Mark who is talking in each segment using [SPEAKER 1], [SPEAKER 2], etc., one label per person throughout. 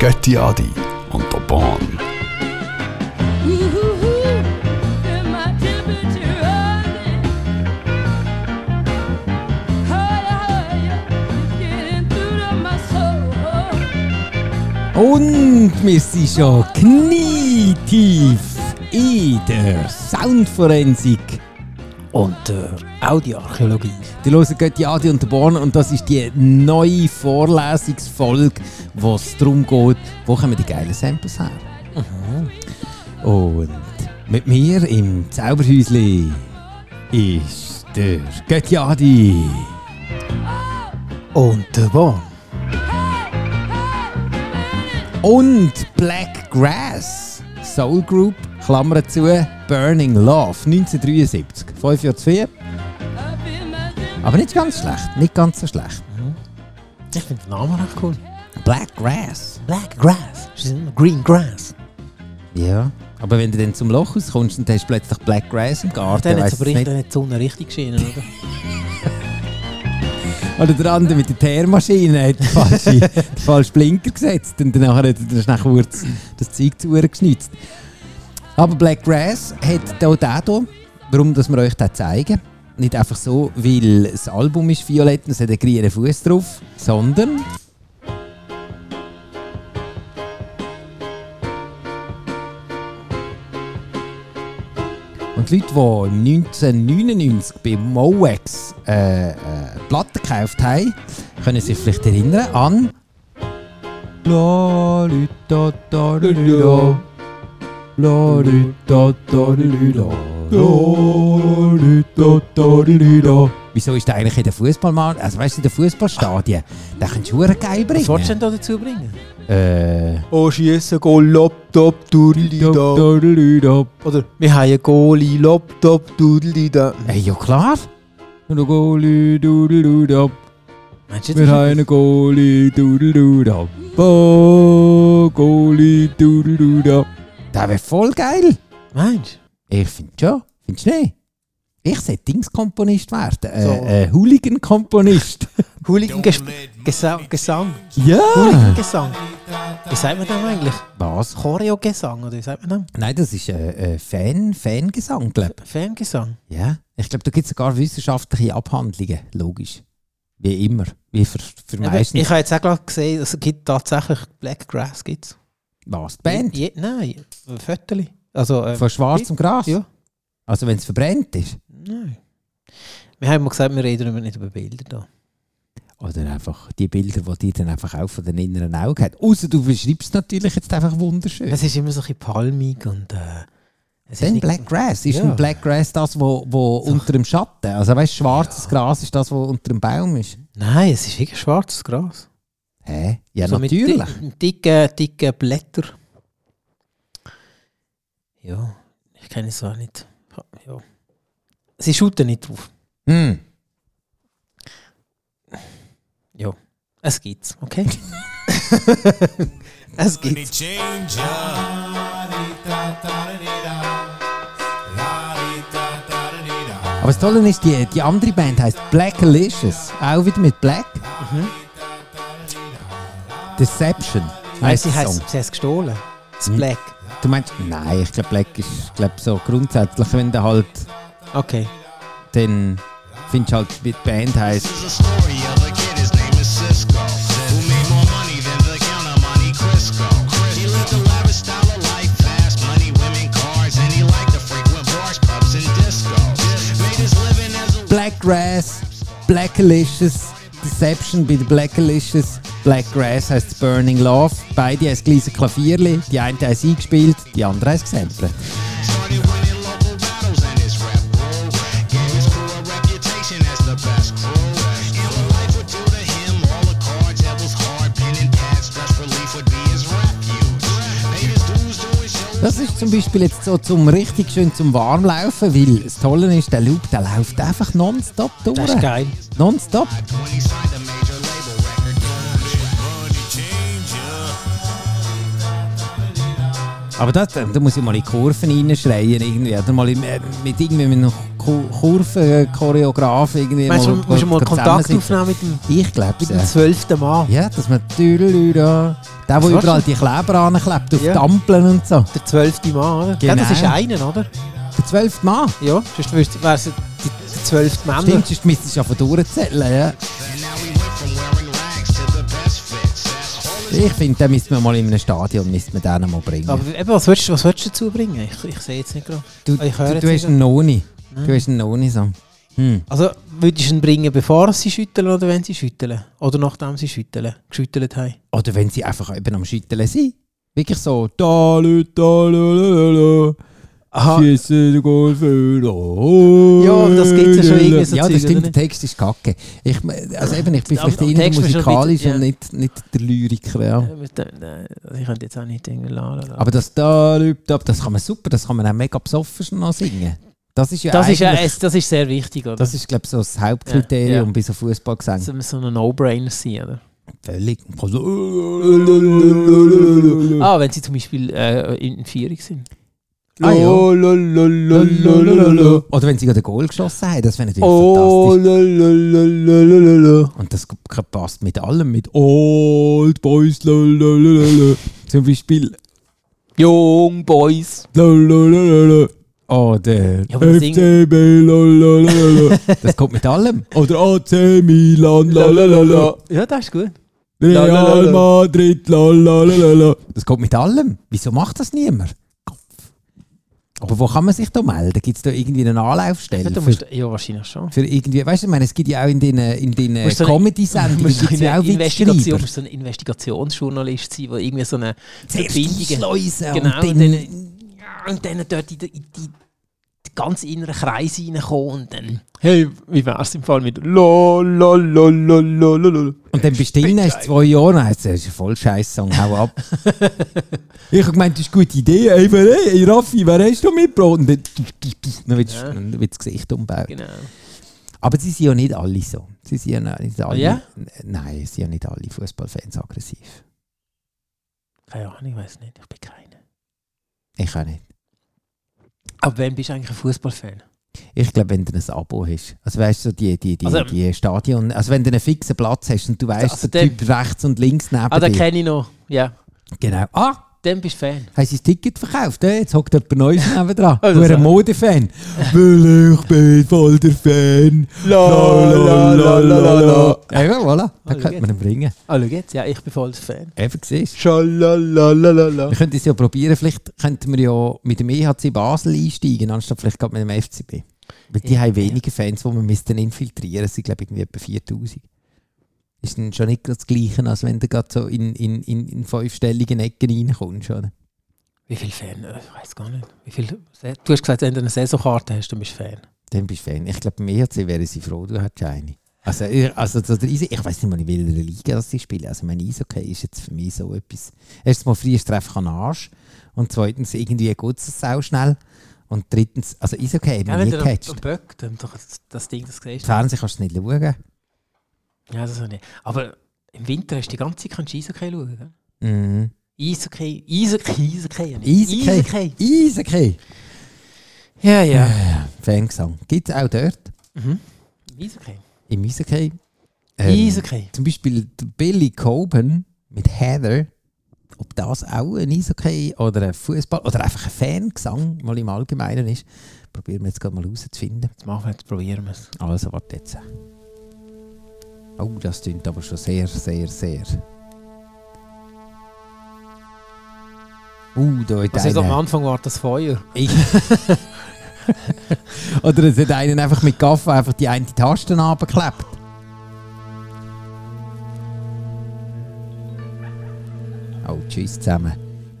[SPEAKER 1] Götti Adi und der Bahn.
[SPEAKER 2] Und wir sind schon knietief in der Soundforensik und der Audioarchäologie. Die hören Götti Adi und der Born und das ist die neue Vorlesungsfolge, wo es darum geht, wo kommen die geilen Samples her. Mhm. Und mit mir im Zauberhäusli ist der Götti Adi und der Born. Und Black Grass, Soul Group, Klammer zu, Burning Love, 1973. 5 Jahre zu viel, aber nicht ganz schlecht, nicht ganz so schlecht.
[SPEAKER 3] Ich finde den Namen recht cool.
[SPEAKER 2] Black Grass.
[SPEAKER 3] Black Grass. Sie sind immer Green Grass.
[SPEAKER 2] Ja. Aber wenn du dann zum Loch rauskommst und hast du plötzlich Black Grass im Garten,
[SPEAKER 3] Dann hat
[SPEAKER 2] weiss
[SPEAKER 3] es aber
[SPEAKER 2] ich
[SPEAKER 3] richtig,
[SPEAKER 2] nicht.
[SPEAKER 3] dann hat die Sonne richtig geschienen, oder?
[SPEAKER 2] Oder der andere mit der Teermaschine hat den falschen, den falschen Blinker gesetzt und danach hat er dann schnell kurz das Zeug zu Uhren geschnitzt. Aber Black Grass hat auch den hier, warum dass wir euch das zeigen. Nicht einfach so, weil das Album ist violett und es hat einen grünen Fuß drauf, sondern Und die Leute, die im 1999 bei Moex äh, äh, Platten gekauft haben, können sich vielleicht erinnern an. La lüta da lüda. La lüta da lüda. La lüta da lüda. Wieso ist der eigentlich in der Fußballmann? Also weißt du, in den Fußballstadien, da kannst du verdammt geil
[SPEAKER 3] Was wolltest du
[SPEAKER 2] bringen.
[SPEAKER 3] denn da dazu bringen?
[SPEAKER 2] Äh.
[SPEAKER 3] Oh, schiessen, Goal, Laptop, Doodle-Dee-Da. Oder wir haben einen Goalie, Laptop, Doodle-Dee-Da.
[SPEAKER 2] Ey, ja klar. Und der Goalie, dudeludab.
[SPEAKER 3] Meinst du
[SPEAKER 2] Wir haben einen Goalie, dudeludab. Oh, Goalie, dudeludab. Das wäre voll geil.
[SPEAKER 3] Meinst
[SPEAKER 2] Ich finde schon. Findest du nicht? Ich sollte Dingskomponist werden. Äh,
[SPEAKER 3] So.
[SPEAKER 2] äh, Hooligan-Komponist.
[SPEAKER 3] du? Hooligan-Gesang. Gesang.
[SPEAKER 2] ja.
[SPEAKER 3] Gesang. Wie sagt man dem eigentlich?
[SPEAKER 2] Was?
[SPEAKER 3] Choreo-Gesang, oder wie sagt man dem?
[SPEAKER 2] Nein, das ist äh, äh, Fan, Fangesang, glaube
[SPEAKER 3] Fangesang.
[SPEAKER 2] Ja, ich glaube, da gibt es sogar wissenschaftliche Abhandlungen, logisch. Wie immer, wie für, für
[SPEAKER 3] Aber
[SPEAKER 2] meistens.
[SPEAKER 3] Ich habe jetzt auch gerade gesehen, es gibt tatsächlich Black Grass. Gibt's.
[SPEAKER 2] Was, die Band?
[SPEAKER 3] Je, nein, ein Viertel. Also, ähm,
[SPEAKER 2] Von schwarzem Gras?
[SPEAKER 3] Ja.
[SPEAKER 2] Also wenn es verbrennt ist?
[SPEAKER 3] nein. Wir haben mal gesagt, wir reden über- nicht über Bilder da.
[SPEAKER 2] Oder einfach die Bilder, die die dann einfach auch von den inneren Augen hat. Außer du beschreibst es natürlich jetzt einfach wunderschön.
[SPEAKER 3] Es ist immer so ein bisschen palmig und äh, es ist
[SPEAKER 2] Dann
[SPEAKER 3] nicht-
[SPEAKER 2] Black Grass. Ist
[SPEAKER 3] Ja.
[SPEAKER 2] ein Black Grass das, wo, wo unter dem Schatten, also weißt, schwarzes Gras ist das, wo unter dem Baum ist?
[SPEAKER 3] Nein, es ist wirklich schwarzes Gras.
[SPEAKER 2] Hä? Ja,
[SPEAKER 3] So mit di-
[SPEAKER 2] natürlich.
[SPEAKER 3] Mit dicken, dicken Blättern. Ja, ich kenne es auch nicht. Ja. Sie schauten nicht drauf.
[SPEAKER 2] Hm.
[SPEAKER 3] Ja, es gibt's, okay? es gibt's.
[SPEAKER 2] Aber das Tolle ist, die, die andere Band heißt Blackalicious. Auch wieder mit Black.
[SPEAKER 3] Mhm.
[SPEAKER 2] Deception.
[SPEAKER 3] Nein,
[SPEAKER 2] heisst
[SPEAKER 3] sie
[SPEAKER 2] der
[SPEAKER 3] hat
[SPEAKER 2] Song.
[SPEAKER 3] sie hat's gestohlen. Das
[SPEAKER 2] Mhm.
[SPEAKER 3] Black.
[SPEAKER 2] Du meinst, nein, ich glaube, Black ist glaub, so grundsätzlich, wenn du halt
[SPEAKER 3] Okay.
[SPEAKER 2] dann findest du halt, wie die Band heisst.
[SPEAKER 4] There's a story of a kid, his name is Cisco. Who made more money than the Count of Monte Cristo. He lived a lavish style of life, fast money, women, cars, and he liked to frequent bars, pubs, and discos. Made his living as a
[SPEAKER 2] Black Grass, Blackalicious, Deception bei den Blackalicious. Black Grass heisst Burning Love. Beide haben das gleiche Klavierli. Die eine hat es eingespielt, die andere hat es gesampelt.
[SPEAKER 4] started winning local battles and his rep grew. Gave his crew a reputation as the best crew. And what life would do to him, all the cards that was hard, pen and pad, stress relief would be his refuge. Made his dues doing shows.
[SPEAKER 2] Das ist zum Beispiel jetzt so zum richtig schön zum Warmlaufen, weil das Tolle ist, der Loop, der läuft einfach nonstop durch.
[SPEAKER 3] Das ist geil.
[SPEAKER 2] Nonstop.
[SPEAKER 4] When he signed a major label record
[SPEAKER 2] Aber das, da da muss ich mal in die Kurven reinschreien irgendwie. Oder mal in, mit irgendwie mit einem Ku- Kurvenchoreograf irgendwie
[SPEAKER 3] Meinst du, musst du mal
[SPEAKER 2] kurz
[SPEAKER 3] Kontakt
[SPEAKER 2] zusammensitzen.
[SPEAKER 3] aufnehmen mit dem,
[SPEAKER 2] Ich glaube
[SPEAKER 3] mit
[SPEAKER 2] ja.
[SPEAKER 3] dem zwölften Mann?
[SPEAKER 2] Ja, dass man Türlüra, Der, der
[SPEAKER 3] Was
[SPEAKER 2] überall die Kleber anklebt, auf
[SPEAKER 3] Ja.
[SPEAKER 2] die Ampeln und so.
[SPEAKER 3] Der zwölfte Mann, oder? Genau.
[SPEAKER 2] Genau.
[SPEAKER 3] Das ist einer, oder?
[SPEAKER 2] Der zwölfte Mann.
[SPEAKER 3] Ja, sonst wäre es der zwölfte Männer.
[SPEAKER 2] Stimmt, sonst müsstest du einfach durchzählen. Ja.
[SPEAKER 4] And now we went from wearing rags to the best fits. All
[SPEAKER 2] Ich finde, den müssten wir mal in einem Stadion müssten wir den mal bringen.
[SPEAKER 3] Aber eben, was willst, du- was willst du dazu bringen? Ich, ich sehe jetzt nicht gerade.
[SPEAKER 2] du,
[SPEAKER 3] ich höre
[SPEAKER 2] du,
[SPEAKER 3] jetzt
[SPEAKER 2] du hast
[SPEAKER 3] nicht.
[SPEAKER 2] einen Noni. Du hast einen Noni so. Hm.
[SPEAKER 3] Also, würdest du ihn bringen, bevor sie schütteln oder wenn sie schütteln? Oder nachdem sie schütteln, geschüttelt haben?
[SPEAKER 2] Oder wenn sie einfach eben am Schütteln sind. Wirklich so. Da, lü, da, lü, lü, lü.
[SPEAKER 3] Aha.
[SPEAKER 2] Schiessen, Goal für oh,
[SPEAKER 3] Ja, das gibt's ja schon irgendwie so
[SPEAKER 2] Ja,
[SPEAKER 3] Zeug,
[SPEAKER 2] das
[SPEAKER 3] oder
[SPEAKER 2] stimmt, der
[SPEAKER 3] nicht?
[SPEAKER 2] Text ist kacke. Ich, me- also eben, ich bin
[SPEAKER 3] Aber
[SPEAKER 2] vielleicht
[SPEAKER 3] der
[SPEAKER 2] eher
[SPEAKER 3] Text ist schon ein
[SPEAKER 2] musikalisch
[SPEAKER 3] bisschen-
[SPEAKER 2] und nicht, nicht der Lyriker. Ja.
[SPEAKER 3] Äh, mit dem- nein, Ich könnte jetzt auch nicht irgendwie laden.
[SPEAKER 2] Aber das da, lü, da, das kann man super, das kann man auch mega besoffen schon noch singen. Das ist ja
[SPEAKER 3] das, ist, ja-
[SPEAKER 2] eigentlich-
[SPEAKER 3] es- das ist sehr wichtig, oder?
[SPEAKER 2] Das ist, glaube ich, so das Hauptkriterium
[SPEAKER 3] Ja, ja.
[SPEAKER 2] bei so Fußballgesängen.
[SPEAKER 3] so so ein No-Brainer sein, oder?
[SPEAKER 2] Völlig.
[SPEAKER 3] Ah, wenn sie zum Beispiel äh, in Vierig sind.
[SPEAKER 2] Ah, ja.
[SPEAKER 3] Lo, lo, lo, lo, lo, lo, lo.
[SPEAKER 2] Oder wenn sie gerade ein Goal geschossen haben, das wäre natürlich
[SPEAKER 3] Oh,
[SPEAKER 2] fantastisch.
[SPEAKER 3] lo, lo, lo, lo, lo, lo, lo.
[SPEAKER 2] Und das g- passt mit allem, mit Old Boys, lo, lo, lo, lo, lo. zum Beispiel.
[SPEAKER 3] Jung Boys.
[SPEAKER 2] Lo, lo, lo, lo, lo. Oder
[SPEAKER 3] Ja, aber das
[SPEAKER 2] FCB, lo, lo, lo, lo, lo. Das kommt mit allem. Oder AC Milan, lo, lo, lo, lo.
[SPEAKER 3] Ja, das ist gut. La, la, la,
[SPEAKER 2] Real
[SPEAKER 3] la.
[SPEAKER 2] Madrid, la, la, la, la, la. Das kommt mit allem. Wieso macht das niemand? Kopf. Aber wo kann man sich da melden? Gibt es da irgendwie eine
[SPEAKER 3] Ja,
[SPEAKER 2] Anlaufstelle?
[SPEAKER 3] du musst, ja wahrscheinlich schon.
[SPEAKER 2] für, für irgendwie, weißt du, ich meine, es gibt ja auch in den, in den
[SPEAKER 3] Musst du eine-
[SPEAKER 2] Comedy-Sendungen
[SPEAKER 3] musst du
[SPEAKER 2] gibt's ja auch
[SPEAKER 3] eine Investigation,
[SPEAKER 2] Witzschreiber.
[SPEAKER 3] musst du so ein Investigationsjournalist sein, der irgendwie so eine
[SPEAKER 2] Zuerst die
[SPEAKER 3] Verbindung
[SPEAKER 2] Schleusen
[SPEAKER 3] Genau,
[SPEAKER 2] und
[SPEAKER 3] und
[SPEAKER 2] dann...
[SPEAKER 3] dann, ja, und dann dort in die, in die die ganz inneren Kreise reinkommen und dann... Hey, wie wär's im Fall mit lo, lo, lo, lo, lo, lo, lo.
[SPEAKER 2] Und dann bist du drin, hast zwei Jahre, dann heisst es, das ist ein voll scheiß Song, hau ab. ich habe gemeint, das ist eine gute Idee. Hey, wer, hey Raffi, wer hast du mitgebracht? Und dann, dann willst du
[SPEAKER 3] Ja.
[SPEAKER 2] dann willst du das Gesicht umbauen.
[SPEAKER 3] Genau.
[SPEAKER 2] Aber sie sind ja nicht alle so. Sie sind ja nicht alle.
[SPEAKER 3] Ah, ja?
[SPEAKER 2] N- Nein, es sind ja nicht alle Fußballfans aggressiv.
[SPEAKER 3] Keine Ahnung, ich weiß nicht, ich bin keiner.
[SPEAKER 2] Ich auch nicht.
[SPEAKER 3] Aber wann bist du eigentlich ein Fußballfan?
[SPEAKER 2] Ich glaube, wenn du ein Abo hast. Also weißt du, so die, die, die,
[SPEAKER 3] Also-
[SPEAKER 2] die Stadion. Also wenn du einen fixen Platz hast und du weißt,
[SPEAKER 3] Also
[SPEAKER 2] der Typ rechts und links neben
[SPEAKER 3] Ah, den
[SPEAKER 2] dir.
[SPEAKER 3] kenne ich noch. Ja,
[SPEAKER 2] Genau. Ah!
[SPEAKER 3] dann bist du Fan.
[SPEAKER 2] Hast du das Ticket verkauft? eh? Jetzt hockt jemand Neues neben dran.
[SPEAKER 3] das
[SPEAKER 2] Du bist
[SPEAKER 3] auch.
[SPEAKER 2] ein Modefan. Weil ich bin voll der Fan.
[SPEAKER 3] La, la, Oh, la, la, la, la. Oh,
[SPEAKER 2] Ja, voilà. Da
[SPEAKER 3] schau
[SPEAKER 2] könnte man ihn bringen.
[SPEAKER 3] Ah, schau jetzt, ja, ich bin voll der Fan.
[SPEAKER 2] Eben siehst du.
[SPEAKER 3] Schalalalala.
[SPEAKER 2] Wir könnten es ja probieren, vielleicht könnten wir ja mit dem EHC Basel einsteigen, anstatt vielleicht gerade mit dem FCB. Weil die
[SPEAKER 3] Ja.
[SPEAKER 2] haben weniger Fans, die wir müssten infiltrieren. Es sind, glaube ich, irgendwie etwa 4000. Ist dann schon nicht gerade das Gleiche, als wenn du gerade so in, in, in, in fünfstelligen Ecken reinkommst, oder?
[SPEAKER 3] Wie viele Fan? Äh, Ich weiß gar nicht. Wie viel, du hast gesagt, wenn du eine Saisonkarte hast, dann bist du Fan.
[SPEAKER 2] Dann bist du Fan. Ich E glaube, beim EHC wären sie froh, du hättest eine. Also, ich, also so der Eis- ich weiß nicht mal, in welcher Liga das sie spielen. Also, mein Eishockey ist jetzt für mich so etwas. Erstens mal, früh ist es einfach ein Arsch. Und zweitens, irgendwie geht es sau schnell. Und drittens, also Eishockey
[SPEAKER 3] Ja,
[SPEAKER 2] habe ich
[SPEAKER 3] wenn
[SPEAKER 2] nie
[SPEAKER 3] du am-
[SPEAKER 2] gecatcht.
[SPEAKER 3] am Böck, dann doch das- das Ding, das
[SPEAKER 2] Im
[SPEAKER 3] siehst. Ja,
[SPEAKER 2] Fernsehen kannst du es nicht schauen.
[SPEAKER 3] das habe ich. Aber im Winter hast du die ganze Zeit kannst du Eishockey schauen. gell?
[SPEAKER 2] Mhm.
[SPEAKER 3] Eishockey, Eishockey, Eishockey. ja nicht.
[SPEAKER 2] Eishockey.
[SPEAKER 3] Eishockey.
[SPEAKER 2] Eishockey!
[SPEAKER 3] Ja, ja.
[SPEAKER 2] Fangesang. Gibt es auch dort,
[SPEAKER 3] Mhm. Eishockey.
[SPEAKER 2] im Eishockey. Ähm,
[SPEAKER 3] Eishockey.
[SPEAKER 2] Zum Beispiel der Billy Coben mit Heather. Ob das auch ein Eishockey oder ein Fußball oder einfach ein Fangesang mal im Allgemeinen ist, probieren wir jetzt gerade mal herauszufinden.
[SPEAKER 3] Jetzt machen wir, jetzt probieren wir es.
[SPEAKER 2] Also, warte jetzt. Oh, das klingt aber schon sehr, sehr, sehr. Uh, da hat
[SPEAKER 3] Also, am
[SPEAKER 2] einer-
[SPEAKER 3] Anfang war das Feuer.
[SPEAKER 2] Ich. Oder es hat einen einfach mit Kaffee einfach die eine Taste abgeklebt. Oh, tschüss zusammen.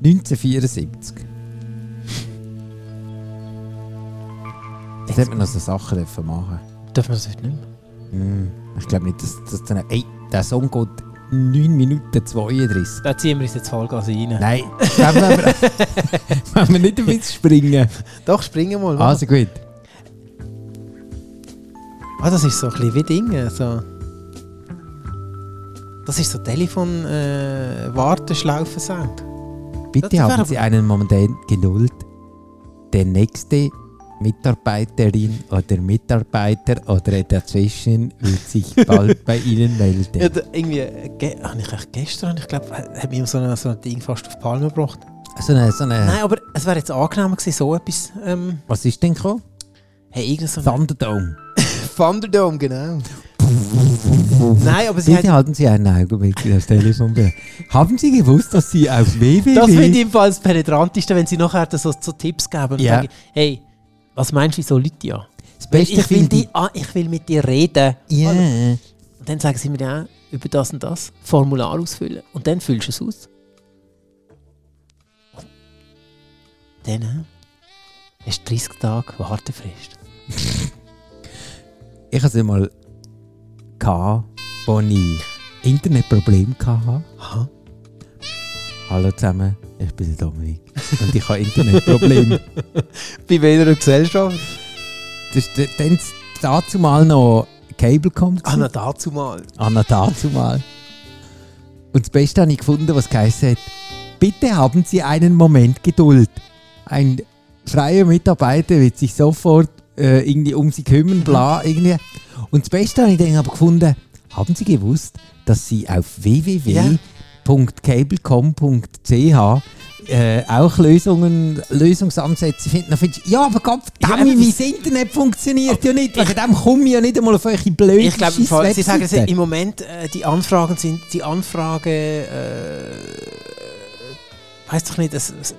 [SPEAKER 2] 1974. Jetzt hätte man noch so Sachen dürfen machen
[SPEAKER 3] Dürfen wir das heute nicht mehr?
[SPEAKER 2] Hm, Ich glaube nicht, dass, dass dann... Ey, der Song geht 9 Minuten 32.
[SPEAKER 3] Da ziehen wir uns jetzt Vollgas rein.
[SPEAKER 2] Nein, wenn wir, wenn wir nicht ein bisschen springen.
[SPEAKER 3] Doch, springen mal.
[SPEAKER 2] Also gut.
[SPEAKER 3] Ah, das ist so ein bisschen wie Dinge. So. Das ist so telefon äh, warteschlaufen sound
[SPEAKER 2] Bitte
[SPEAKER 3] Das wäre
[SPEAKER 2] haben Sie einen Moment Geduld. Der nächste Mitarbeiterin oder Mitarbeiter oder dazwischen wird sich bald bei Ihnen melden.
[SPEAKER 3] Ja, da, irgendwie, äh, ge habe ich echt gestern, habe ich glaube, hat mich um so ein so ein Ding fast auf die Palme gebracht.
[SPEAKER 2] So eine, so eine,
[SPEAKER 3] Nein, aber es wäre jetzt angenehm gewesen, so etwas. Ähm,
[SPEAKER 2] Was ist denn gekommen?
[SPEAKER 3] hey, irgend so ein
[SPEAKER 2] Thunderdome.
[SPEAKER 3] Thunderdome, genau. Nein, aber sie
[SPEAKER 2] Bitte
[SPEAKER 3] hat...
[SPEAKER 2] halten Sie einen Augenblick das Telefon bereit. Haben Sie gewusst, dass Sie auf
[SPEAKER 3] Das finde ich
[SPEAKER 2] www...
[SPEAKER 3] im Fall das Penetranteste, wenn sie nachher so, so Tipps geben und
[SPEAKER 2] Ja.
[SPEAKER 3] sagen, hey, was meinst du so Leute ja?
[SPEAKER 2] Das Beste
[SPEAKER 3] Ich will,
[SPEAKER 2] finde
[SPEAKER 3] die, ah, ich will mit dir reden.
[SPEAKER 2] ich- Ja.
[SPEAKER 3] Und dann sagen sie mir ja über das und das Formular ausfüllen. Und dann füllst du es aus. Und dann äh, hast du 30 Tage Wartefrist.
[SPEAKER 2] Ich hatte mal, gehabt, wo ich Internetprobleme hatte.
[SPEAKER 3] Aha.
[SPEAKER 2] Hallo zusammen, ich bin der Dominik. Und ich habe Internetprobleme.
[SPEAKER 3] Bei welcher Gesellschaft?
[SPEAKER 2] Das war dann dazu mal noch Cablecom.
[SPEAKER 3] Ah, na, dazu mal.
[SPEAKER 2] Anna dazu Ah, mal. Und das Beste habe ich gefunden, was geheißen hat. Bitte haben Sie einen Moment Geduld. Ein freier Mitarbeiter wird sich sofort äh, irgendwie um Sie kümmern, bla,
[SPEAKER 3] Mhm.
[SPEAKER 2] irgendwie. Und das Beste habe ich dann aber gefunden, haben Sie gewusst, dass Sie auf www.cablecom.ch äh, auch Lösungen, Lösungsansätze finden. Dann findest du, ja, aber Gott,
[SPEAKER 3] eben,
[SPEAKER 2] mein Internet funktioniert ja nicht. Wegen dem komme ich ja nicht einmal auf eure blöde
[SPEAKER 3] Ich glaube, im
[SPEAKER 2] scheiss
[SPEAKER 3] Fall- Sie sagen, es-
[SPEAKER 2] Webseite.
[SPEAKER 3] im Moment äh, die Anfragen sind die Anfragen. Äh, weiß doch nicht, es, es,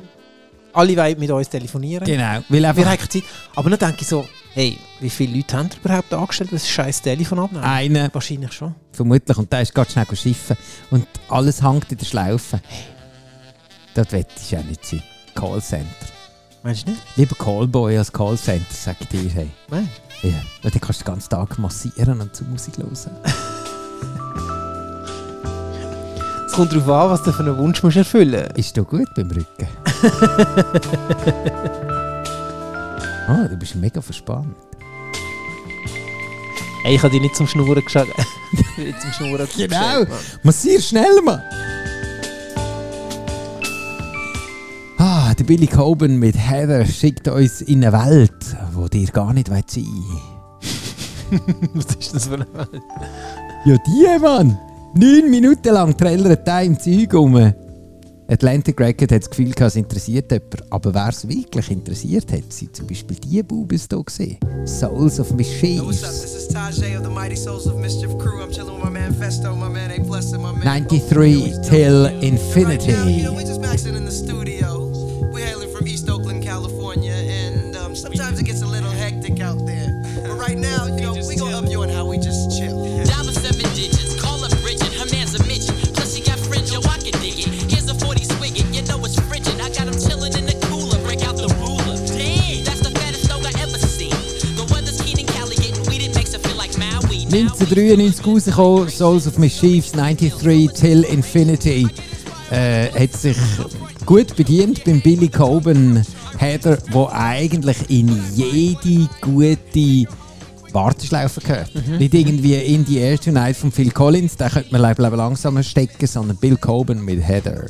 [SPEAKER 3] alle wollen mit uns telefonieren.
[SPEAKER 2] Genau, weil
[SPEAKER 3] Wir
[SPEAKER 2] einfach
[SPEAKER 3] haben keine Zeit. Aber dann denke ich so, hey, wie viele Leute haben ihr überhaupt angestellt, das scheiß Telefon abnehmen?
[SPEAKER 2] einer,
[SPEAKER 3] Wahrscheinlich schon.
[SPEAKER 2] vermutlich, und der ist ganz schnell schiffen und alles hängt in der Schlaufe. Das wette ich auch nicht sein. Callcenter.
[SPEAKER 3] Meinst du nicht?
[SPEAKER 2] Lieber Callboy als Callcenter, sag ich dir. Hey.
[SPEAKER 3] Meinst
[SPEAKER 2] Ja, weil dann kannst du den ganzen Tag massieren und zu Musik hören.
[SPEAKER 3] du? Es kommt darauf an, was du für einen Wunsch musst erfüllen musst.
[SPEAKER 2] Ist du gut beim Rücken? Ah, du bist mega verspannt.
[SPEAKER 3] Hey, ich habe dich nicht zum Schnurren geschlagen. nicht zum Schnurren
[SPEAKER 2] Genau.
[SPEAKER 3] geschlagen.
[SPEAKER 2] Massier schnell, Mann! Ah, der Billy Coben mit Heather schickt uns in eine Welt, wo dir gar nicht weit sein
[SPEAKER 3] Was ist das für eine Welt?
[SPEAKER 2] Ja, die, Mann! Neun Minuten lang trellert er im Zeug rum. Atlantic Record hat das Gefühl, gehabt, es interessiert jemand. Aber wer es wirklich interessiert hat, sind zum Beispiel die Buben hier gesehen. Souls of
[SPEAKER 5] Yo, what's up?
[SPEAKER 2] Mischief.
[SPEAKER 5] This is Tajay of the Mighty Souls of Mischief crew. I'm chilling with my man Festo, my man A Plus, and my man.
[SPEAKER 2] 93 till
[SPEAKER 5] Right now,
[SPEAKER 2] Infinity.
[SPEAKER 5] you know, we're just maxing in the studio. We're hailing from East Oakland, California, and um, sometimes it gets a little hectic out there. But right now, you know, we gonna up you on how we just chill.
[SPEAKER 6] Dollar seven digits, call up Bridget, her man's a midget. Plus she got fringe, yo, I can dig it. Here's a 40 spigot, you know it's frigid. I got him chilling in the cooler, break out the ruler. Damn, that's the fattest dog I ever seen. The weather's keen in Cali, getting weeded makes her feel like Maui.
[SPEAKER 2] 1993 rausgekommen, Souls of Mischiefs 93 Till Infinity. Äh, hat sich gut bedient beim Billy Coben Heather, wo eigentlich in jede gute Warteschlaufe gehört. Nicht irgendwie in the Air Tonight von Phil Collins, da könnte man leider langsamer stecken, sondern Bill Coben mit Heather.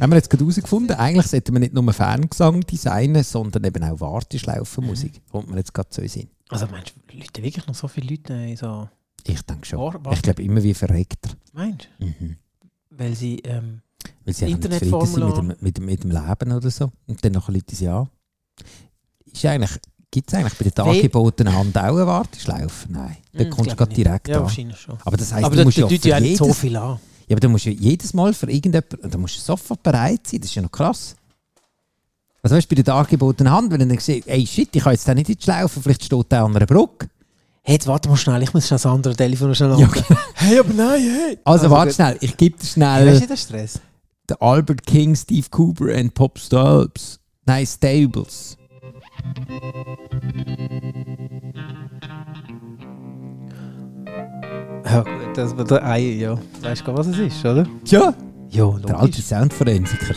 [SPEAKER 2] Haben wir jetzt gerade herausgefunden, eigentlich sollte man nicht nur Fangesang designen, sondern eben auch Warteschlaufenmusik. Kommt mir jetzt gerade so in den Sinn.
[SPEAKER 3] Also meinst du, Leute, wirklich noch so viele Leute in so...
[SPEAKER 2] Ich denke schon.
[SPEAKER 3] War-
[SPEAKER 2] Ich glaube immer wie verreckter.
[SPEAKER 3] Meinst du?
[SPEAKER 2] Mhm.
[SPEAKER 3] Weil sie... Ähm,
[SPEAKER 2] Weil sie einfach nicht zufrieden sind mit
[SPEAKER 3] Internetformular.
[SPEAKER 2] dem, mit, dem, mit dem Leben oder so. Und dann noch Leute sie an. Ist eigentlich, gibt es eigentlich bei den
[SPEAKER 3] Weil-
[SPEAKER 2] dargebotenen Hand auch eine Warteschlaufe? Nein. Dann
[SPEAKER 3] Mm,
[SPEAKER 2] kommst du
[SPEAKER 3] glaub
[SPEAKER 2] gerade
[SPEAKER 3] ich nicht.
[SPEAKER 2] direkt
[SPEAKER 3] ja,
[SPEAKER 2] an.
[SPEAKER 3] wahrscheinlich schon.
[SPEAKER 2] Aber das heisst,
[SPEAKER 3] Aber
[SPEAKER 2] du
[SPEAKER 3] da
[SPEAKER 2] musst ja
[SPEAKER 3] tut
[SPEAKER 2] für
[SPEAKER 3] ja nicht
[SPEAKER 2] jedes,
[SPEAKER 3] so viel an.
[SPEAKER 2] ja, aber du musst ja jedes Mal für irgendjemanden, da musst du sofort bereit sein, das ist ja noch krass. Also weißt du, bei der dargebotenen Hand, wenn du dann siehst, ey shit, ich kann jetzt da nicht in die Schlaufe, vielleicht steht der an einer Brücke.
[SPEAKER 3] Hey, jetzt warte mal schnell, ich muss schnell das andere Telefon noch schnell
[SPEAKER 2] Ja,
[SPEAKER 3] anrufen. genau. Hey, aber nein, hey.
[SPEAKER 2] Also, warte
[SPEAKER 3] gut.
[SPEAKER 2] schnell, ich gebe dir
[SPEAKER 3] Hey,
[SPEAKER 2] schnell...
[SPEAKER 3] Weißt du den Stress?
[SPEAKER 2] der Albert King, Steve Cooper and Pop Stubbs. Nein, Stables.
[SPEAKER 3] Ja, gut, das war der Ei, ja. Weißt du, was es ist, oder?
[SPEAKER 2] Ja,
[SPEAKER 3] Ja,
[SPEAKER 2] der alte Soundforensiker.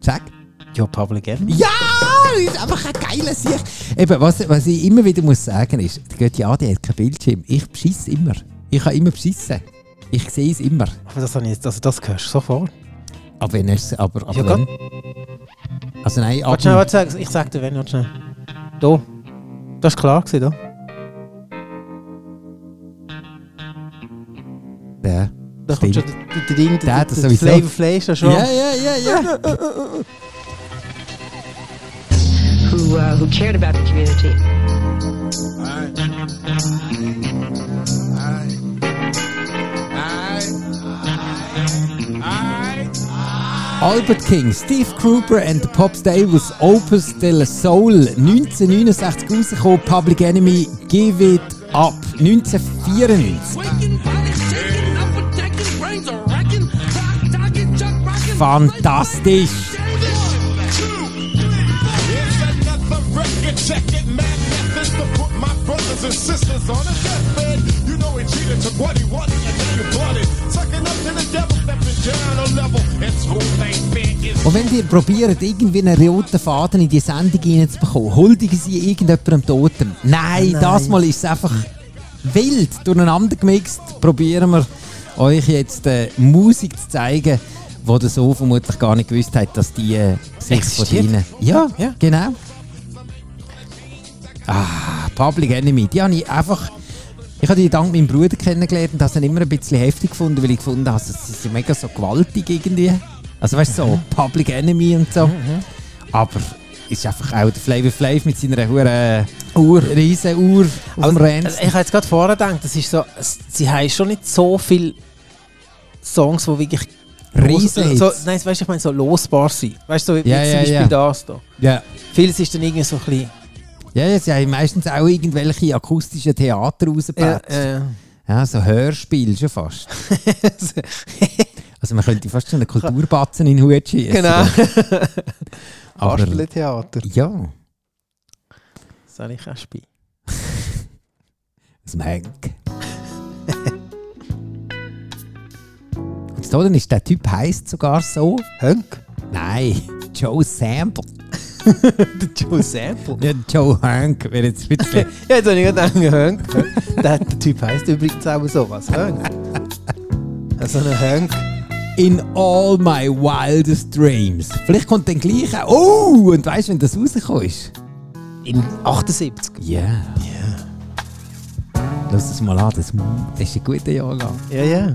[SPEAKER 2] Sag.
[SPEAKER 3] Ja, Public Enemy.
[SPEAKER 2] Ja, das ist einfach ein geiler Sieg. Eben, was, was ich immer wieder muss sagen ist, die geht ja, die hat keinen Bildschirm. Ich beschisse immer. Ich kann immer beschissen. Ich sehe es immer.
[SPEAKER 3] Aber das, habe ich jetzt, also das hörst du sofort.
[SPEAKER 2] Aber wenn es, aber, aber
[SPEAKER 3] Ja,
[SPEAKER 2] wenn. Also nein,
[SPEAKER 3] Warte schnell,
[SPEAKER 2] ab,
[SPEAKER 3] warte, ich sag dir, wenn, warte schnell. Da. Das war klar, gewesen, da.
[SPEAKER 2] Der.
[SPEAKER 3] Da kommt schon
[SPEAKER 2] Stimmt.
[SPEAKER 3] der, der, der Ding,
[SPEAKER 2] Der,
[SPEAKER 3] der,
[SPEAKER 2] das
[SPEAKER 3] der, der
[SPEAKER 2] sowieso.
[SPEAKER 3] Flavor Flash da schon.
[SPEAKER 2] Ja, ja, ja, ja.
[SPEAKER 7] who uh, who cared about the community.
[SPEAKER 2] Albert King, Steve Cooper and the Pop Stables, Opus del Soul, 1969 rausgekommen, Public Enemy, Give It Up, 1994. Fantastisch! Und wenn ihr probiert, irgendwie einen roten Faden in die Sendung hineinzubekommen, huldigen sie irgendjemandem Toten. Nein, das Mal ist es einfach wild durcheinander gemixt. Probieren wir euch jetzt äh, Musik zu zeigen, wo ihr so vermutlich gar nicht gewusst habt, dass die äh, sich von
[SPEAKER 3] Existiert?
[SPEAKER 2] ihnen... Ja,
[SPEAKER 3] Ja.
[SPEAKER 2] genau. Ah, Public Enemy, die habe ich einfach... Ich habe die dank meinem Bruder kennengelernt und habe sie immer ein bisschen heftig gefunden, weil ich gefunden habe, sie sind mega so gewaltig irgendwie. Also weißt du,
[SPEAKER 3] Mhm.
[SPEAKER 2] so Public Enemy und so. Aber ist einfach auch der Flavor Flav mit seiner hohen Uhr, riesen Uhr auf dem
[SPEAKER 3] Also,
[SPEAKER 2] Rand.
[SPEAKER 3] also ich habe jetzt gerade vorher gedacht, das ist so, s- sie haben schon nicht so viele Songs, die wirklich
[SPEAKER 2] Riesen
[SPEAKER 3] los, so,
[SPEAKER 2] Hits.
[SPEAKER 3] Nein, weißt du, ich meine so losbar sind. Weißt du, so wie
[SPEAKER 2] Ja,
[SPEAKER 3] wie
[SPEAKER 2] ja,
[SPEAKER 3] zum Beispiel
[SPEAKER 2] ja.
[SPEAKER 3] das hier.
[SPEAKER 2] Ja.
[SPEAKER 3] Vieles ist dann irgendwie so ein bisschen...
[SPEAKER 2] ja, ja, sie haben meistens auch irgendwelche akustischen Theater rausgepatcht. Ja,
[SPEAKER 3] Äh, äh,
[SPEAKER 2] so Hörspiel schon fast. Also man könnte fast schon einen Kulturbatzen in den Hut schießen.
[SPEAKER 3] genau.
[SPEAKER 2] Aber-
[SPEAKER 3] Basteltheater.
[SPEAKER 2] Ja,
[SPEAKER 3] Soll ich auch spielen?
[SPEAKER 2] das Menk. Und so, dann ist der Typ heißt sogar so.
[SPEAKER 3] Hunk?
[SPEAKER 2] Nein, Joe Sample.
[SPEAKER 3] Der Joe Sample.
[SPEAKER 2] Ja, Joe Hank wäre jetzt ein bisschen.
[SPEAKER 3] ja, jetzt habe ich gerade gedacht, Hunk. der, der Typ heisst übrigens auch sowas, Hunk. Also ein Hunk.
[SPEAKER 2] In all my wildest dreams. Vielleicht kommt dann gleich auch. Oh, und weißt du, wenn das rausgekommen ist?
[SPEAKER 3] In 78.
[SPEAKER 2] Ja. Lass das mal an, das, das ist ein guter Jahrgang.
[SPEAKER 3] Ja, ja.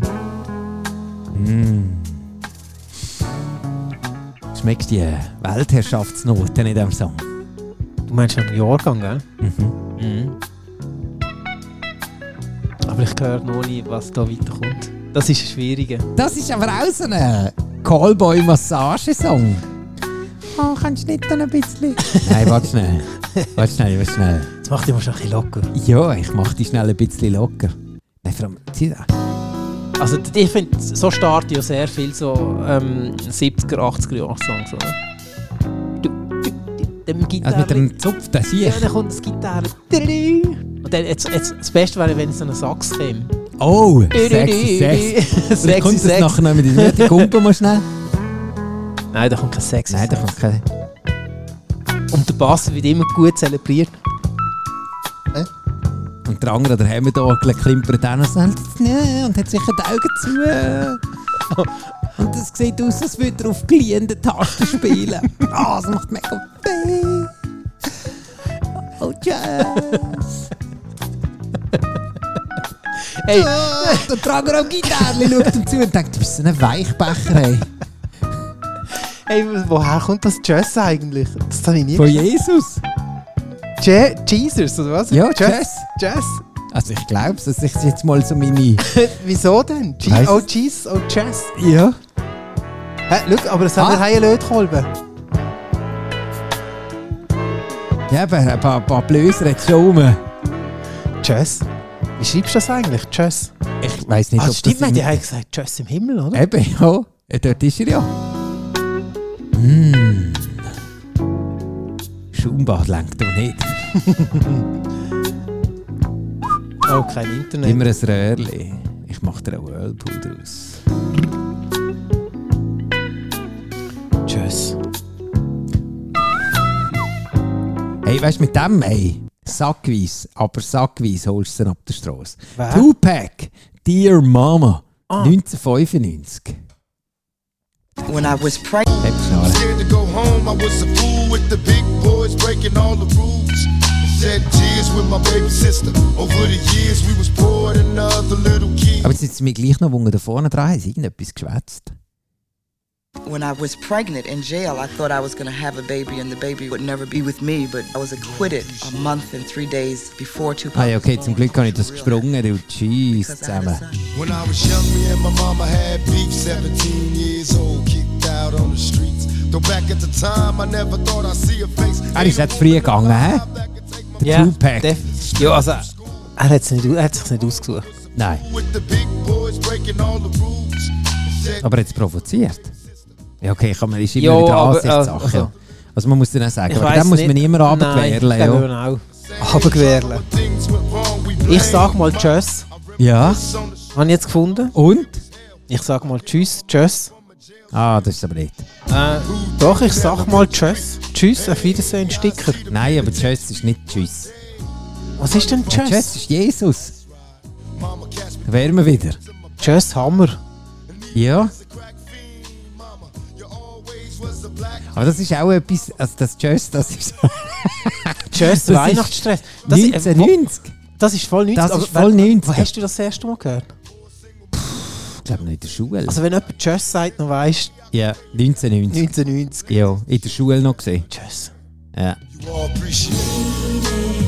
[SPEAKER 2] Schmeckst die Weltherrschaftsnote in diesem Song?
[SPEAKER 3] Du meinst am Jahrgang, gell? Mhm. Aber ich höre noch nie, was da weiterkommt. Das ist schwierig.
[SPEAKER 2] Das ist aber auch so ein Callboy-Massage-Song. Oh, kannst du nicht dann ein bisschen. Nein, warte schnell. Warte schnell, warte schnell.
[SPEAKER 3] Jetzt macht immer schon ein bisschen locker.
[SPEAKER 2] Ja, ich mach die schnell ein bisschen locker. Nein, vor allem, zieh da.
[SPEAKER 3] Also d- ich finde, so starten ja sehr viel so ähm, 70er, 80er Jahre Songs, oder? Du, du, du, dem
[SPEAKER 2] Also
[SPEAKER 3] Gitarre.
[SPEAKER 2] mit dem Zupf, das
[SPEAKER 3] ja,
[SPEAKER 2] hier.
[SPEAKER 3] dann kommt das Gitarre. Und dann, jetzt, jetzt, das Beste wäre, wenn es so eine Sax käme.
[SPEAKER 2] Oh, sexy, sexy. Vielleicht
[SPEAKER 3] Sexy,
[SPEAKER 2] kommt das
[SPEAKER 3] sexy.
[SPEAKER 2] nachher noch mit der die Kumpel mal schnell.
[SPEAKER 3] Nein, da kommt kein Sexy.
[SPEAKER 2] Nein, da kommt kein.
[SPEAKER 3] Und der Bass wird immer gut zelebriert.
[SPEAKER 2] Und der andere, der Hemmendorgel, klimpert auch noch so. Ja, Und hat sicher die Augen zu. Und das sieht aus, als würde er auf glühenden Tasten spielen. Ah, das macht mega weh. Oh, Jazz.
[SPEAKER 3] Hey,
[SPEAKER 2] Ah, Der Trager am Gitarre schaut ihm zu und denkt, du bist so ein Weichbecher, ey.
[SPEAKER 3] hey, woher kommt das Jazz eigentlich? Das habe ich nie
[SPEAKER 2] Von Jesus?
[SPEAKER 3] Je Jesus, oder was?
[SPEAKER 2] Ja, Jazz.
[SPEAKER 3] Jazz.
[SPEAKER 2] Also ich glaube es, das ist jetzt mal so meine...
[SPEAKER 3] Wieso denn? Je-
[SPEAKER 2] Weiss-
[SPEAKER 3] oh, Jesus, oh, Jazz.
[SPEAKER 2] Ja.
[SPEAKER 3] Hä, schau, aber das haben wir
[SPEAKER 2] Ah.
[SPEAKER 3] hier nicht geholfen.
[SPEAKER 2] Ja, aber ein paar, paar Blöser hat es schon rum.
[SPEAKER 3] Jazz. Wie schreibst du das eigentlich? Jazz.
[SPEAKER 2] Ich weiss nicht,
[SPEAKER 3] Ah,
[SPEAKER 2] ob
[SPEAKER 3] stimmt,
[SPEAKER 2] das...
[SPEAKER 3] die
[SPEAKER 2] im-
[SPEAKER 3] haben gesagt Jazz im Himmel, oder?
[SPEAKER 2] Eben, ja. ja. Dort ist er ja. Mm. Schaumbad lenkt doch nicht.
[SPEAKER 3] Oh, kein Internet.
[SPEAKER 2] Immer ein Röhrli. Ich mach dir einen Whirlpool draus.
[SPEAKER 3] Jazz.
[SPEAKER 2] Hey, weißt du, mit dem, ey, sackweise, aber sackweise holst du ihn ab der Straße.
[SPEAKER 3] Wer?
[SPEAKER 2] Tupac, Dear Mama,
[SPEAKER 7] Ah.
[SPEAKER 2] 1995.
[SPEAKER 7] When I was pregnant,
[SPEAKER 2] Hab die Schnarre.
[SPEAKER 8] Scared to go home, I was a fool with the big boys breaking all the rules. shed tears with my baby sister. Over the years, we was poor than other little kids.
[SPEAKER 2] Aber jetzt sitzt mich gleich noch wundern, da vorne dran haben sie irgendetwas geschwätzt.
[SPEAKER 5] When I was pregnant in jail, I thought I was going to have a baby and the baby would never be with me, but I was acquitted a month and three days before Tupac.
[SPEAKER 2] Ah ja, okay, zum Glück habe ich das gesprungen, du Jeez zusammen.
[SPEAKER 8] When I was young, me and my mama had beef. 17 years old, kicked out on the streets. Though back at the time, I never thought I'd see a face.
[SPEAKER 2] Er ist jetzt früh gegangen, hä?
[SPEAKER 3] Ja,
[SPEAKER 2] Tupac.
[SPEAKER 3] def- Ja, also, er hat es nicht, er hat's sich nicht ausgesucht.
[SPEAKER 2] Nein,
[SPEAKER 8] With the big boys breaking all the rules. Said,
[SPEAKER 2] aber jetzt provoziert. Ja, okay, kann man, ist immer
[SPEAKER 3] Ja,
[SPEAKER 2] wieder
[SPEAKER 3] aber,
[SPEAKER 2] Ansichtssache.
[SPEAKER 3] also-
[SPEAKER 2] ja. also man muss dann auch sagen,
[SPEAKER 3] Ich
[SPEAKER 2] aber
[SPEAKER 3] weiss
[SPEAKER 2] dann muss
[SPEAKER 3] nicht.
[SPEAKER 2] man immer runtergewähren,
[SPEAKER 3] Nein, den
[SPEAKER 2] ja.
[SPEAKER 3] müssen wir auch. Runtergewähren.
[SPEAKER 8] things went wrong, we
[SPEAKER 3] Ich sag mal Tschüss.
[SPEAKER 2] Ja,
[SPEAKER 3] Habe ich jetzt gefunden.
[SPEAKER 2] und?
[SPEAKER 3] Ich sag mal Tschüss, Tschüss.
[SPEAKER 2] Ah, das ist aber nicht.
[SPEAKER 3] Äh, doch, ich sag mal Tschüss. Tschüss, auf Wiedersehen, Sticker.
[SPEAKER 2] Nein, aber Tschüss ist nicht Tschüss.
[SPEAKER 3] Was ist denn
[SPEAKER 2] Tschüss,
[SPEAKER 3] Tschüss?
[SPEAKER 2] ist Jesus. Da wären wir wieder.
[SPEAKER 3] Tschüss, Hammer.
[SPEAKER 2] Ja. Aber das ist auch etwas, also das Tschüss, das ist
[SPEAKER 3] Tschüss,
[SPEAKER 2] Das ist
[SPEAKER 3] Weihnachtsstress. Das, äh,
[SPEAKER 2] 1990.
[SPEAKER 3] wo- das ist voll 90.
[SPEAKER 2] Das
[SPEAKER 3] aber
[SPEAKER 2] ist voll
[SPEAKER 3] wenn-
[SPEAKER 2] 90.
[SPEAKER 3] Wo hast du das erste Mal gehört?
[SPEAKER 2] Ich glaube nicht in der Schule.
[SPEAKER 3] Also, wenn jemand Tschüss sagt, dann weißt
[SPEAKER 2] ja,
[SPEAKER 3] Äh,
[SPEAKER 2] 1990.
[SPEAKER 3] 1990.
[SPEAKER 2] Ja, in der Schule noch gesehen.
[SPEAKER 3] Tschüss.
[SPEAKER 2] Ja.
[SPEAKER 8] You all appreciate it.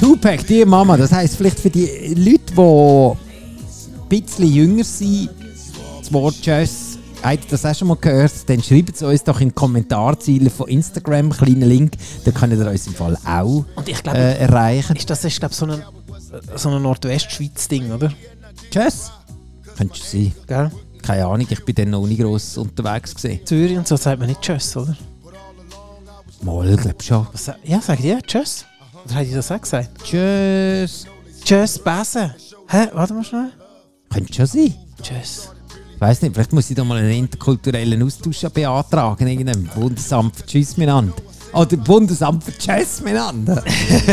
[SPEAKER 2] Tupac, die Mama, das heisst vielleicht für die Leute, die ein bisschen jünger sind, das Wort Jazz, habt ihr das auch schon mal gehört? Dann schreibt es uns doch in die Kommentarzeilen von Instagram, kleinen Link, dann könnt ihr uns im Fall auch
[SPEAKER 3] Und ich glaube,
[SPEAKER 2] äh, erreichen.
[SPEAKER 3] ist das ist, glaub, so ein, äh, so ein Nordwestschweiz-Ding, oder?
[SPEAKER 2] Jazz? Könnte schon sein.
[SPEAKER 3] Gell?
[SPEAKER 2] Keine Ahnung, ich bin dann noch nie gross unterwegs gesehen.
[SPEAKER 3] Zürich und so sagt man nicht Tschüss, oder?
[SPEAKER 2] Mal, glaub schon.
[SPEAKER 3] Was, sa- ja, sagt ja Tschüss. Oder hat ich das auch gesagt?
[SPEAKER 2] Tschüss.
[SPEAKER 3] Tschüss, Besen. Hä? Warte mal schnell.
[SPEAKER 2] Könnte schon sein.
[SPEAKER 3] Tschüss.
[SPEAKER 2] Ich weiss nicht, vielleicht muss ich da mal einen interkulturellen Austausch beantragen. Irgendeinem Bundesamt für Tschüss miteinander. Oder Bundesamt für Tschüss miteinander.
[SPEAKER 8] I love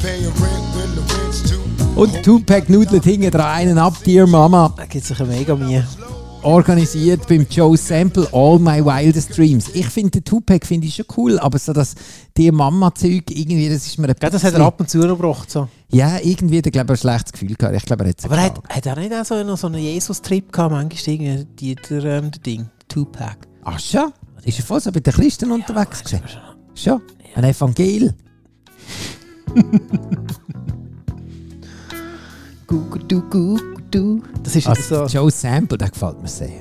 [SPEAKER 8] paying rent when the rent's due.
[SPEAKER 2] Und Tupac nudelt hinten dran einen ab, Dear Mama.
[SPEAKER 3] Da gibt es eine mega Mühe.
[SPEAKER 2] Organisiert beim Joe Sample All My Wildest Dreams. Ich finde den Tupac finde ich schon cool, aber so das Dear Mama-Zeug, irgendwie, das ist mir ein
[SPEAKER 3] Gell, das hat er
[SPEAKER 2] bisschen-
[SPEAKER 3] ab und zu noch gebracht. So.
[SPEAKER 2] Ja, irgendwie, da glaube ich, ein schlechtes Gefühl gehabt. Ich glaube, er hat's
[SPEAKER 3] Aber er
[SPEAKER 2] getragen.
[SPEAKER 3] hat, hat er nicht auch so, noch so einen Jesus-Trip gehabt? Manchmal irgendwie die, der, ähm, der Ding. Tupac.
[SPEAKER 2] Ach Ah, schon? Ist er voll so bei den Christen unterwegs gewesen? Schon? Ein Evangel?
[SPEAKER 3] Gugudu, gugudu. Das ist
[SPEAKER 2] Also,
[SPEAKER 3] also, so.
[SPEAKER 2] Joe Sample, der gefällt mir sehr.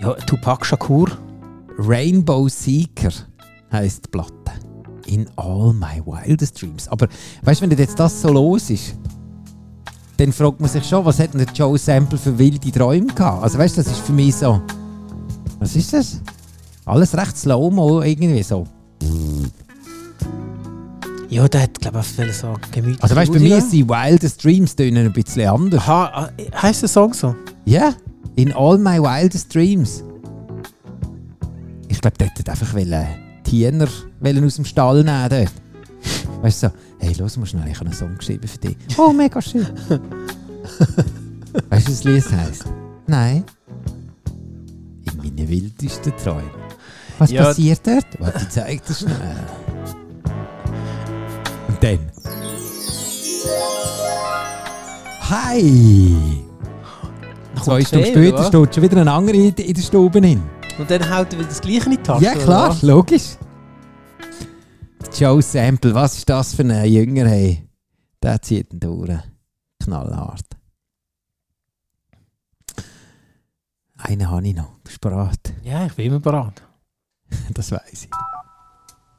[SPEAKER 3] Ja, Tupac Shakur.
[SPEAKER 2] Rainbow Seeker heisst die Platte. In all my wildest dreams. Aber weißt du, wenn jetzt das so los ist, dann fragt man sich schon, was hat denn der Joe Sample für wilde Träume gehabt? Also weißt du, das ist für mich so. Was ist das? Alles recht slow-mo irgendwie so.
[SPEAKER 3] Ja, der hat, glaube ich, viel so gemütlich.
[SPEAKER 2] Also weißt du, bei mir sind Wildest Dreams tönen ein bisschen anders.
[SPEAKER 3] Ha, äh, heißt der Song so?
[SPEAKER 2] Ja, in all my wildest dreams. Ich glaube, dort hat einfach wollen, Tiener wollen aus dem Stall nehmen. Dort. Weißt du so, hey, los, musst schnell, ich habe einen Song geschrieben für dich. Oh, mega schön. weißt du, was das Lied heisst? Nein. In meinen wildesten Träumen. Was
[SPEAKER 3] Ja.
[SPEAKER 2] passiert dort? Warte, ich zeig dir schnell. Und dann. Hi! Zwei Stunden später steht schon wieder ein anderer in, in der Stube hin.
[SPEAKER 3] Und dann haut er wieder das gleiche in die Tasche.
[SPEAKER 2] Ja klar,
[SPEAKER 3] oder?
[SPEAKER 2] logisch. Joe Sample, was ist das für ein Jünger, hey? Der zieht ihn durch. Knallhart. Einen habe ich noch, bist du bereit?
[SPEAKER 3] Ja, ich bin immer bereit.
[SPEAKER 2] Das weiß ich.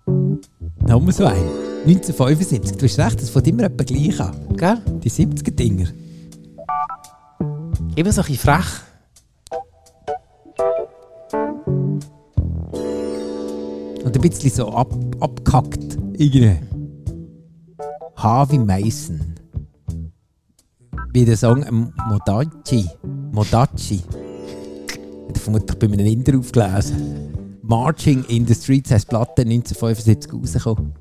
[SPEAKER 2] Nummer so ein. 1975, du hast recht, das fängt immer etwa gleich an.
[SPEAKER 3] Gell?
[SPEAKER 2] Die 70er-Dinger.
[SPEAKER 3] Immer so ein bisschen frech.
[SPEAKER 2] Und ein bisschen so ab, abgehackt. Irgendwie. Harvey Mason. Wie der Song ähm, Modachi. Modachi. Hat er vermutlich bei einem Inder aufgelesen. Marching in the Streets heisst die Platte 1975 rausgekommen.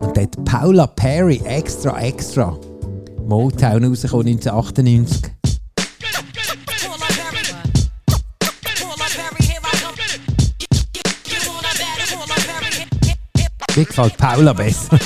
[SPEAKER 2] Und dort Paula Perry, Extra Extra. Motown rausgekommen 1998.
[SPEAKER 9] Paula Perry. Paula
[SPEAKER 2] Mir gefällt Paula besser.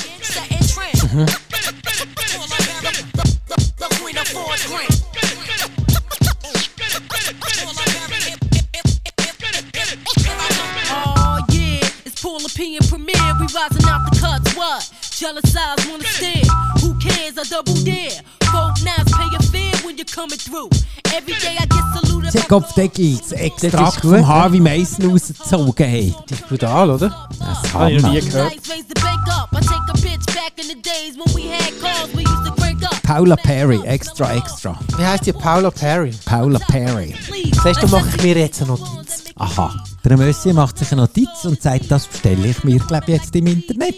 [SPEAKER 9] Oh yeah, it's Paul P and Premier. We rising out the cuts. What? Jealous eyes wanna stare. Who cares? I double dare. Folk knives pay a fare when you're coming through. Every day I get saluted.
[SPEAKER 2] Der Kopfdeckel, das
[SPEAKER 10] Das
[SPEAKER 2] Extrakt
[SPEAKER 10] ist gut,
[SPEAKER 2] vom
[SPEAKER 10] ja.
[SPEAKER 2] Harvey Mason rausgezogen hat.
[SPEAKER 10] Das ist brutal, oder?
[SPEAKER 2] Das ist
[SPEAKER 10] Habe ich noch
[SPEAKER 2] Hammer.
[SPEAKER 10] nie gehört.
[SPEAKER 9] Nights raise the bake up. I take a pitch back in the days when we had calls. We used to crank up.
[SPEAKER 2] Paula Perry, extra, extra.
[SPEAKER 10] Wie heisst die Paula Perry?
[SPEAKER 2] Paula Perry.
[SPEAKER 10] Siehst du, mache ich mir jetzt eine Notiz.
[SPEAKER 2] Aha. Der Mössi macht sich eine Notiz und sagt, das bestelle ich mir, glaube ich, jetzt im Internet.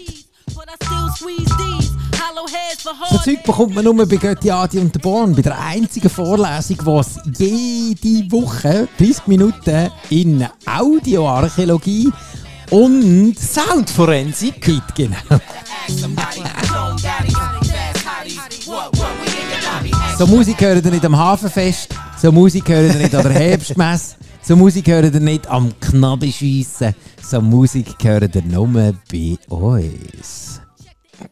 [SPEAKER 2] So Zeug bekommt man nur bei Götti Adi und der Born, bei der einzigen Vorlesung, was jede Woche 30 Minuten in Audioarchäologie und Soundforensik gibt, genau. So Musik hören ihr nicht am Hafenfest, so Musik hören ihr nicht an der Herbstmesse, so Musik hören ihr nicht am Knabbeschiessen, so Musik hören ihr nur bei uns.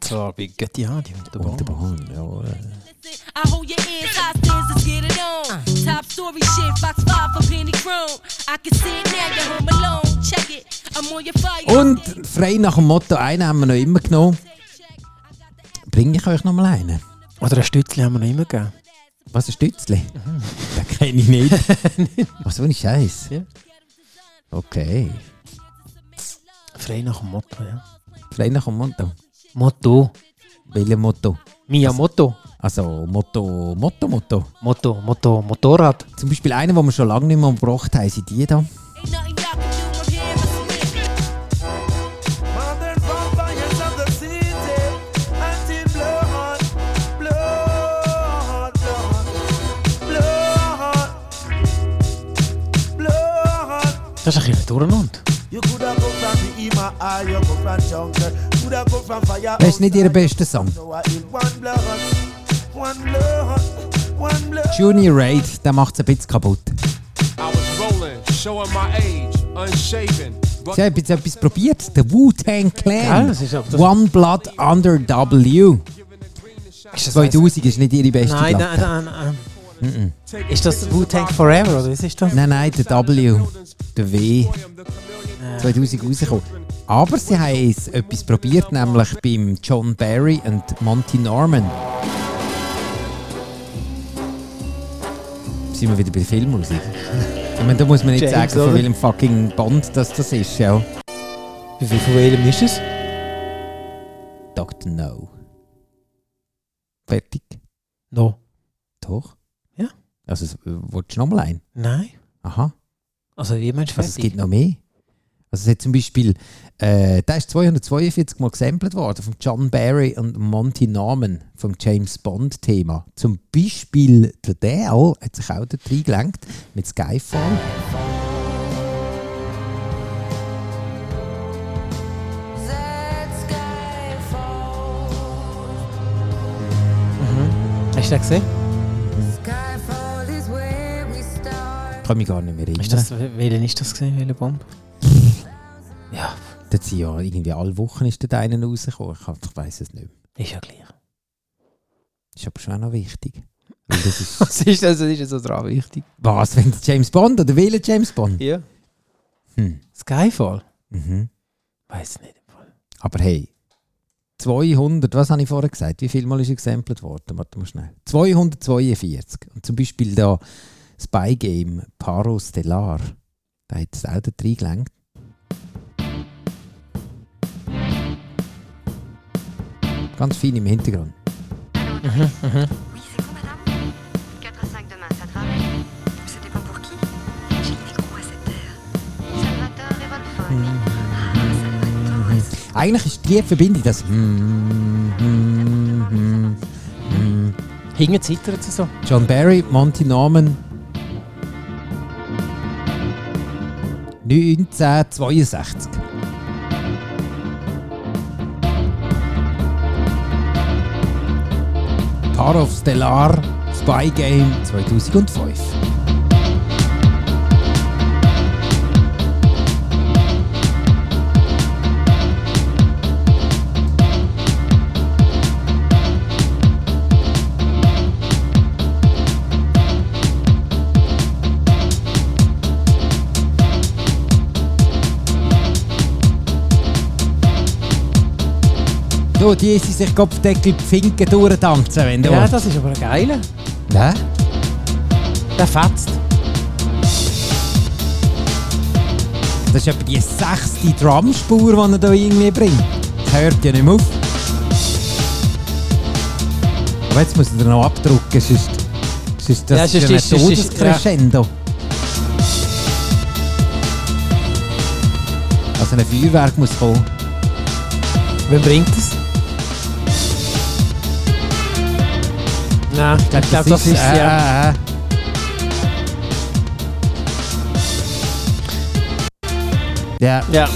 [SPEAKER 10] So, bei Götti Adi und der
[SPEAKER 2] Und
[SPEAKER 10] Band.
[SPEAKER 2] der Born, jawohl.
[SPEAKER 9] I hold your ears high stands, let's get it on. Top story shit, Fox 5 for Penny Chrome. I can see it now, you're home alone. Check it, I'm on your fire.
[SPEAKER 2] Und frei nach dem Motto, einen haben wir noch immer genommen. Bringe ich euch noch mal einen?
[SPEAKER 10] Oder ein Stützchen haben wir noch immer gegeben.
[SPEAKER 2] Was ein Stützli? Den kenne ich nicht. Was für ein Scheiß?
[SPEAKER 10] Mhm. Ja.
[SPEAKER 2] Okay.
[SPEAKER 10] Frei nach dem Motto, ja.
[SPEAKER 2] Frei nach dem Motto.
[SPEAKER 10] Motto.
[SPEAKER 2] Welches Motto?
[SPEAKER 10] Mia Motto.
[SPEAKER 2] Also Motto, Motto, Motto.
[SPEAKER 10] Motto, Motto, Motorrad.
[SPEAKER 2] Zum Beispiel einen, den wir schon lange nicht mehr gebracht haben, sind die da.
[SPEAKER 9] Ain't nothing y'all can do, I'm here, I swear.
[SPEAKER 10] Das ist ein bisschen durcheinander.
[SPEAKER 4] You could have come from the Ema, or you go from Junker. Could have come from fire.
[SPEAKER 2] Das ist nicht ihr bester Song.
[SPEAKER 4] So I in one blood, one blood, one blood.
[SPEAKER 2] Junior Raid, der macht es ein bisschen kaputt.
[SPEAKER 8] I was rolling, showing my age, unshaven.
[SPEAKER 2] Sie haben jetzt etwas probiert. Der
[SPEAKER 10] Gell,
[SPEAKER 2] Wu-Tang Clan.
[SPEAKER 10] das ist aber-
[SPEAKER 2] One Blood Under W.
[SPEAKER 10] Ist das
[SPEAKER 2] 2000 ist nicht ihre beste
[SPEAKER 10] Nein,
[SPEAKER 2] Platte.
[SPEAKER 10] nein, nein, nein. Ist das Wu-Tang Forever oder was ist das?
[SPEAKER 2] Nein, nein, der W. Der W. 2000 rausgekommen. Aber sie haben es etwas probiert, nämlich beim John Barry und Monty Norman. Sind wir wieder bei Filmmusik? Ich meine, da muss man nicht
[SPEAKER 10] James,
[SPEAKER 2] sagen, von
[SPEAKER 10] oder?
[SPEAKER 2] welchem fucking Band das, das ist, ja.
[SPEAKER 10] Wie viel von welchem ist es?
[SPEAKER 2] Dr. No. Fertig.
[SPEAKER 10] No.
[SPEAKER 2] Doch?
[SPEAKER 10] Ja.
[SPEAKER 2] Also, es- willst du nochmal ein?
[SPEAKER 10] Nein.
[SPEAKER 2] Aha.
[SPEAKER 10] Also wie meinst du
[SPEAKER 2] Also es
[SPEAKER 10] fertig?
[SPEAKER 2] gibt noch mehr. Also es hat zum Beispiel, äh, der ist 242 Mal gesampelt worden von John Barry und Monty Norman vom James Bond Thema. Zum Beispiel der DL hat sich auch dort reingelenkt mit Skyfall.
[SPEAKER 10] Hast du das gesehen?
[SPEAKER 2] Kann mich gar nicht mehr erinnern.
[SPEAKER 10] Ist das, welchen ist das gesehen, welche Bombe? ja,
[SPEAKER 2] Dort sind ja irgendwie alle Wochen ist dort einer rausgekommen. Ich, hab- ich weiß es nicht. mehr.
[SPEAKER 10] ist ja gleich.
[SPEAKER 2] Ist aber schon auch noch wichtig. Weil das ist,
[SPEAKER 10] Was ist
[SPEAKER 3] also,
[SPEAKER 10] das? Das ist jetzt so dran wichtig.
[SPEAKER 2] was, wenn es James Bond oder welcher James Bond?
[SPEAKER 10] Ja.
[SPEAKER 2] Hm.
[SPEAKER 10] Skyfall?
[SPEAKER 2] Mhm.
[SPEAKER 10] Weiß nicht. im Fall.
[SPEAKER 2] Aber hey, 200, was habe ich vorher gesagt? Wie viel Mal ist er gesampelt worden? Warte mal schnell. 242. Und zum Beispiel da Spy Game Paro Stellar. Da hat es auch dort reingelenkt. Ganz fein im Hintergrund.
[SPEAKER 11] Oui, c'est vous, madame 4 à 5 demain, ça te va Ça dépend pour qui J'ai des gros à cette terre. Salvatore et Von Foy. Ah, Salvatore.
[SPEAKER 2] Eigentlich ist die Verbindung das. Mm, mm, mm, mm.
[SPEAKER 10] Hinten zittert sie so.
[SPEAKER 2] John Barry, Monty Norman. 1962. Paar of Stellar, Spy Game 2005. So, die sie sich Kopfdeckel Finken durchtanzen, wenn du
[SPEAKER 3] Ja,
[SPEAKER 2] willst.
[SPEAKER 3] das ist aber geil.
[SPEAKER 2] Hä?
[SPEAKER 3] Der fetzt.
[SPEAKER 2] Das ist etwa die sechste Drumspur, die er da irgendwie bringt. Das hört ja nicht mehr auf. Aber jetzt muss er noch abdrucken, sonst, sonst das
[SPEAKER 3] Ja,
[SPEAKER 2] ist
[SPEAKER 3] sonst
[SPEAKER 2] ja ein
[SPEAKER 3] ist- sonst ist-
[SPEAKER 2] Todescrescendo. Also ein Feuerwerk muss kommen.
[SPEAKER 3] Wer bringt es? Nein, ich glaube, das, ist es,
[SPEAKER 2] äh,
[SPEAKER 3] ja.
[SPEAKER 2] äh. ah. Ja.
[SPEAKER 3] Ja.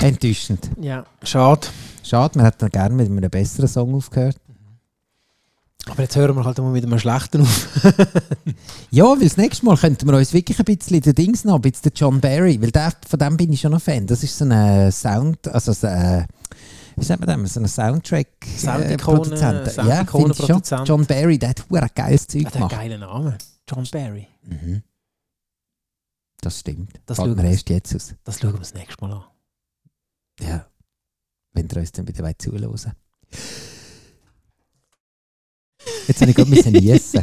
[SPEAKER 2] Enttäuschend.
[SPEAKER 3] Ja.
[SPEAKER 2] Schade. Schade, man hätte gerne mit einem besseren Song aufgehört.
[SPEAKER 3] Aber jetzt hören wir halt mal mit einem schlechten auf.
[SPEAKER 2] Ja, weil das nächste Mal könnten wir uns wirklich ein bisschen den Dings noch, ein bisschen den John Barry, weil der, von dem bin ich schon ein Fan. Das ist so ein Sound, also so ein, wie sagt man das, so ein Soundtrack äh,
[SPEAKER 3] Soundikone-
[SPEAKER 2] Produzent. Ja,
[SPEAKER 3] Soundikone-
[SPEAKER 2] finde ich schon.
[SPEAKER 3] Produzent.
[SPEAKER 2] John Barry, der hat ein geiles Zeug
[SPEAKER 3] Ah, Hat einen
[SPEAKER 2] gemacht.
[SPEAKER 3] geilen Namen. John Barry.
[SPEAKER 2] Mhm. Das stimmt.
[SPEAKER 3] Das
[SPEAKER 2] Das
[SPEAKER 3] schauen
[SPEAKER 2] schauen wir
[SPEAKER 3] wir-
[SPEAKER 2] erst jetzt aus.
[SPEAKER 3] Das schauen wir das nächste Mal an.
[SPEAKER 2] Ja. Wenn ihr uns dann wieder weit zuhören wollt. Jetzt habe ich gerade müssen essen.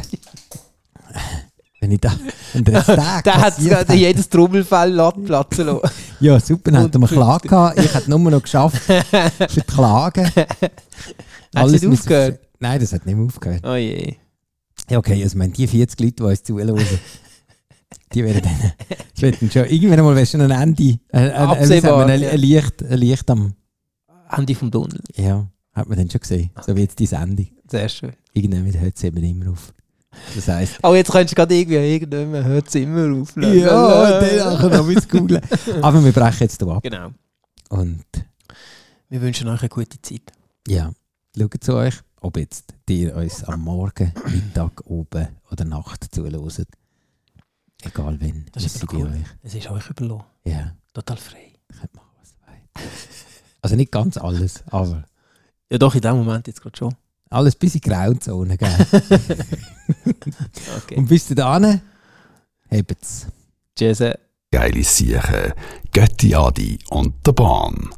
[SPEAKER 2] Wenn ich da. Wenn der Tag
[SPEAKER 3] der hat
[SPEAKER 2] passiert
[SPEAKER 3] gerade
[SPEAKER 2] hat.
[SPEAKER 3] jedes Trommelfell lassen platzen lassen.
[SPEAKER 2] Ja, super, dann hätten wir Klage gehabt. Ich hätte nur noch geschafft für die Klagen.
[SPEAKER 3] Hat es nicht
[SPEAKER 2] müssen-
[SPEAKER 3] aufgehört?
[SPEAKER 2] Nein, das hat nicht mehr aufgehört.
[SPEAKER 3] Oh je.
[SPEAKER 2] Ja, okay, also wenn die 40 Leute, die uns zuhören, die werden dann, die werden schon, irgendwann mal wärst du ein Ende, ein, ein, ein, wie
[SPEAKER 3] Absehbar,
[SPEAKER 2] sagen wir, ein,
[SPEAKER 3] ja.
[SPEAKER 2] ein, Licht, ein Licht am,
[SPEAKER 3] Ende vom Tunnel.
[SPEAKER 2] ja, hat man dann schon gesehen, so wie jetzt dein Ende.
[SPEAKER 3] Sehr schön.
[SPEAKER 2] Irgendwann hört es eben immer auf. Das heisst,
[SPEAKER 3] Oh, jetzt könntest du gerade irgendwie irgendjemand hört es immer auf.
[SPEAKER 2] ja, dann kann noch was googeln. Aber wir brechen jetzt hier ab.
[SPEAKER 3] Genau.
[SPEAKER 2] Und
[SPEAKER 3] Wir wünschen euch eine gute Zeit.
[SPEAKER 2] Ja, schaut zu euch, ob jetzt ihr uns am Morgen, Mittag, oben oder Nacht zuhört. Egal wann.
[SPEAKER 3] Das ist
[SPEAKER 2] wir
[SPEAKER 3] aber
[SPEAKER 2] sind bei
[SPEAKER 3] cool.
[SPEAKER 2] euch.
[SPEAKER 3] Es ist euch überlassen.
[SPEAKER 2] Ja.
[SPEAKER 3] Total frei.
[SPEAKER 2] Könnt machen, was ihr wollt. Also nicht ganz alles, aber
[SPEAKER 3] Ja doch, in dem Moment jetzt gerade schon.
[SPEAKER 2] alles bis in die Grauzone. Gell?
[SPEAKER 3] Okay.
[SPEAKER 2] Und bis dahin, habt's.
[SPEAKER 3] Tschüss.
[SPEAKER 8] Geile Siechen, Götti Adi und der Bahn.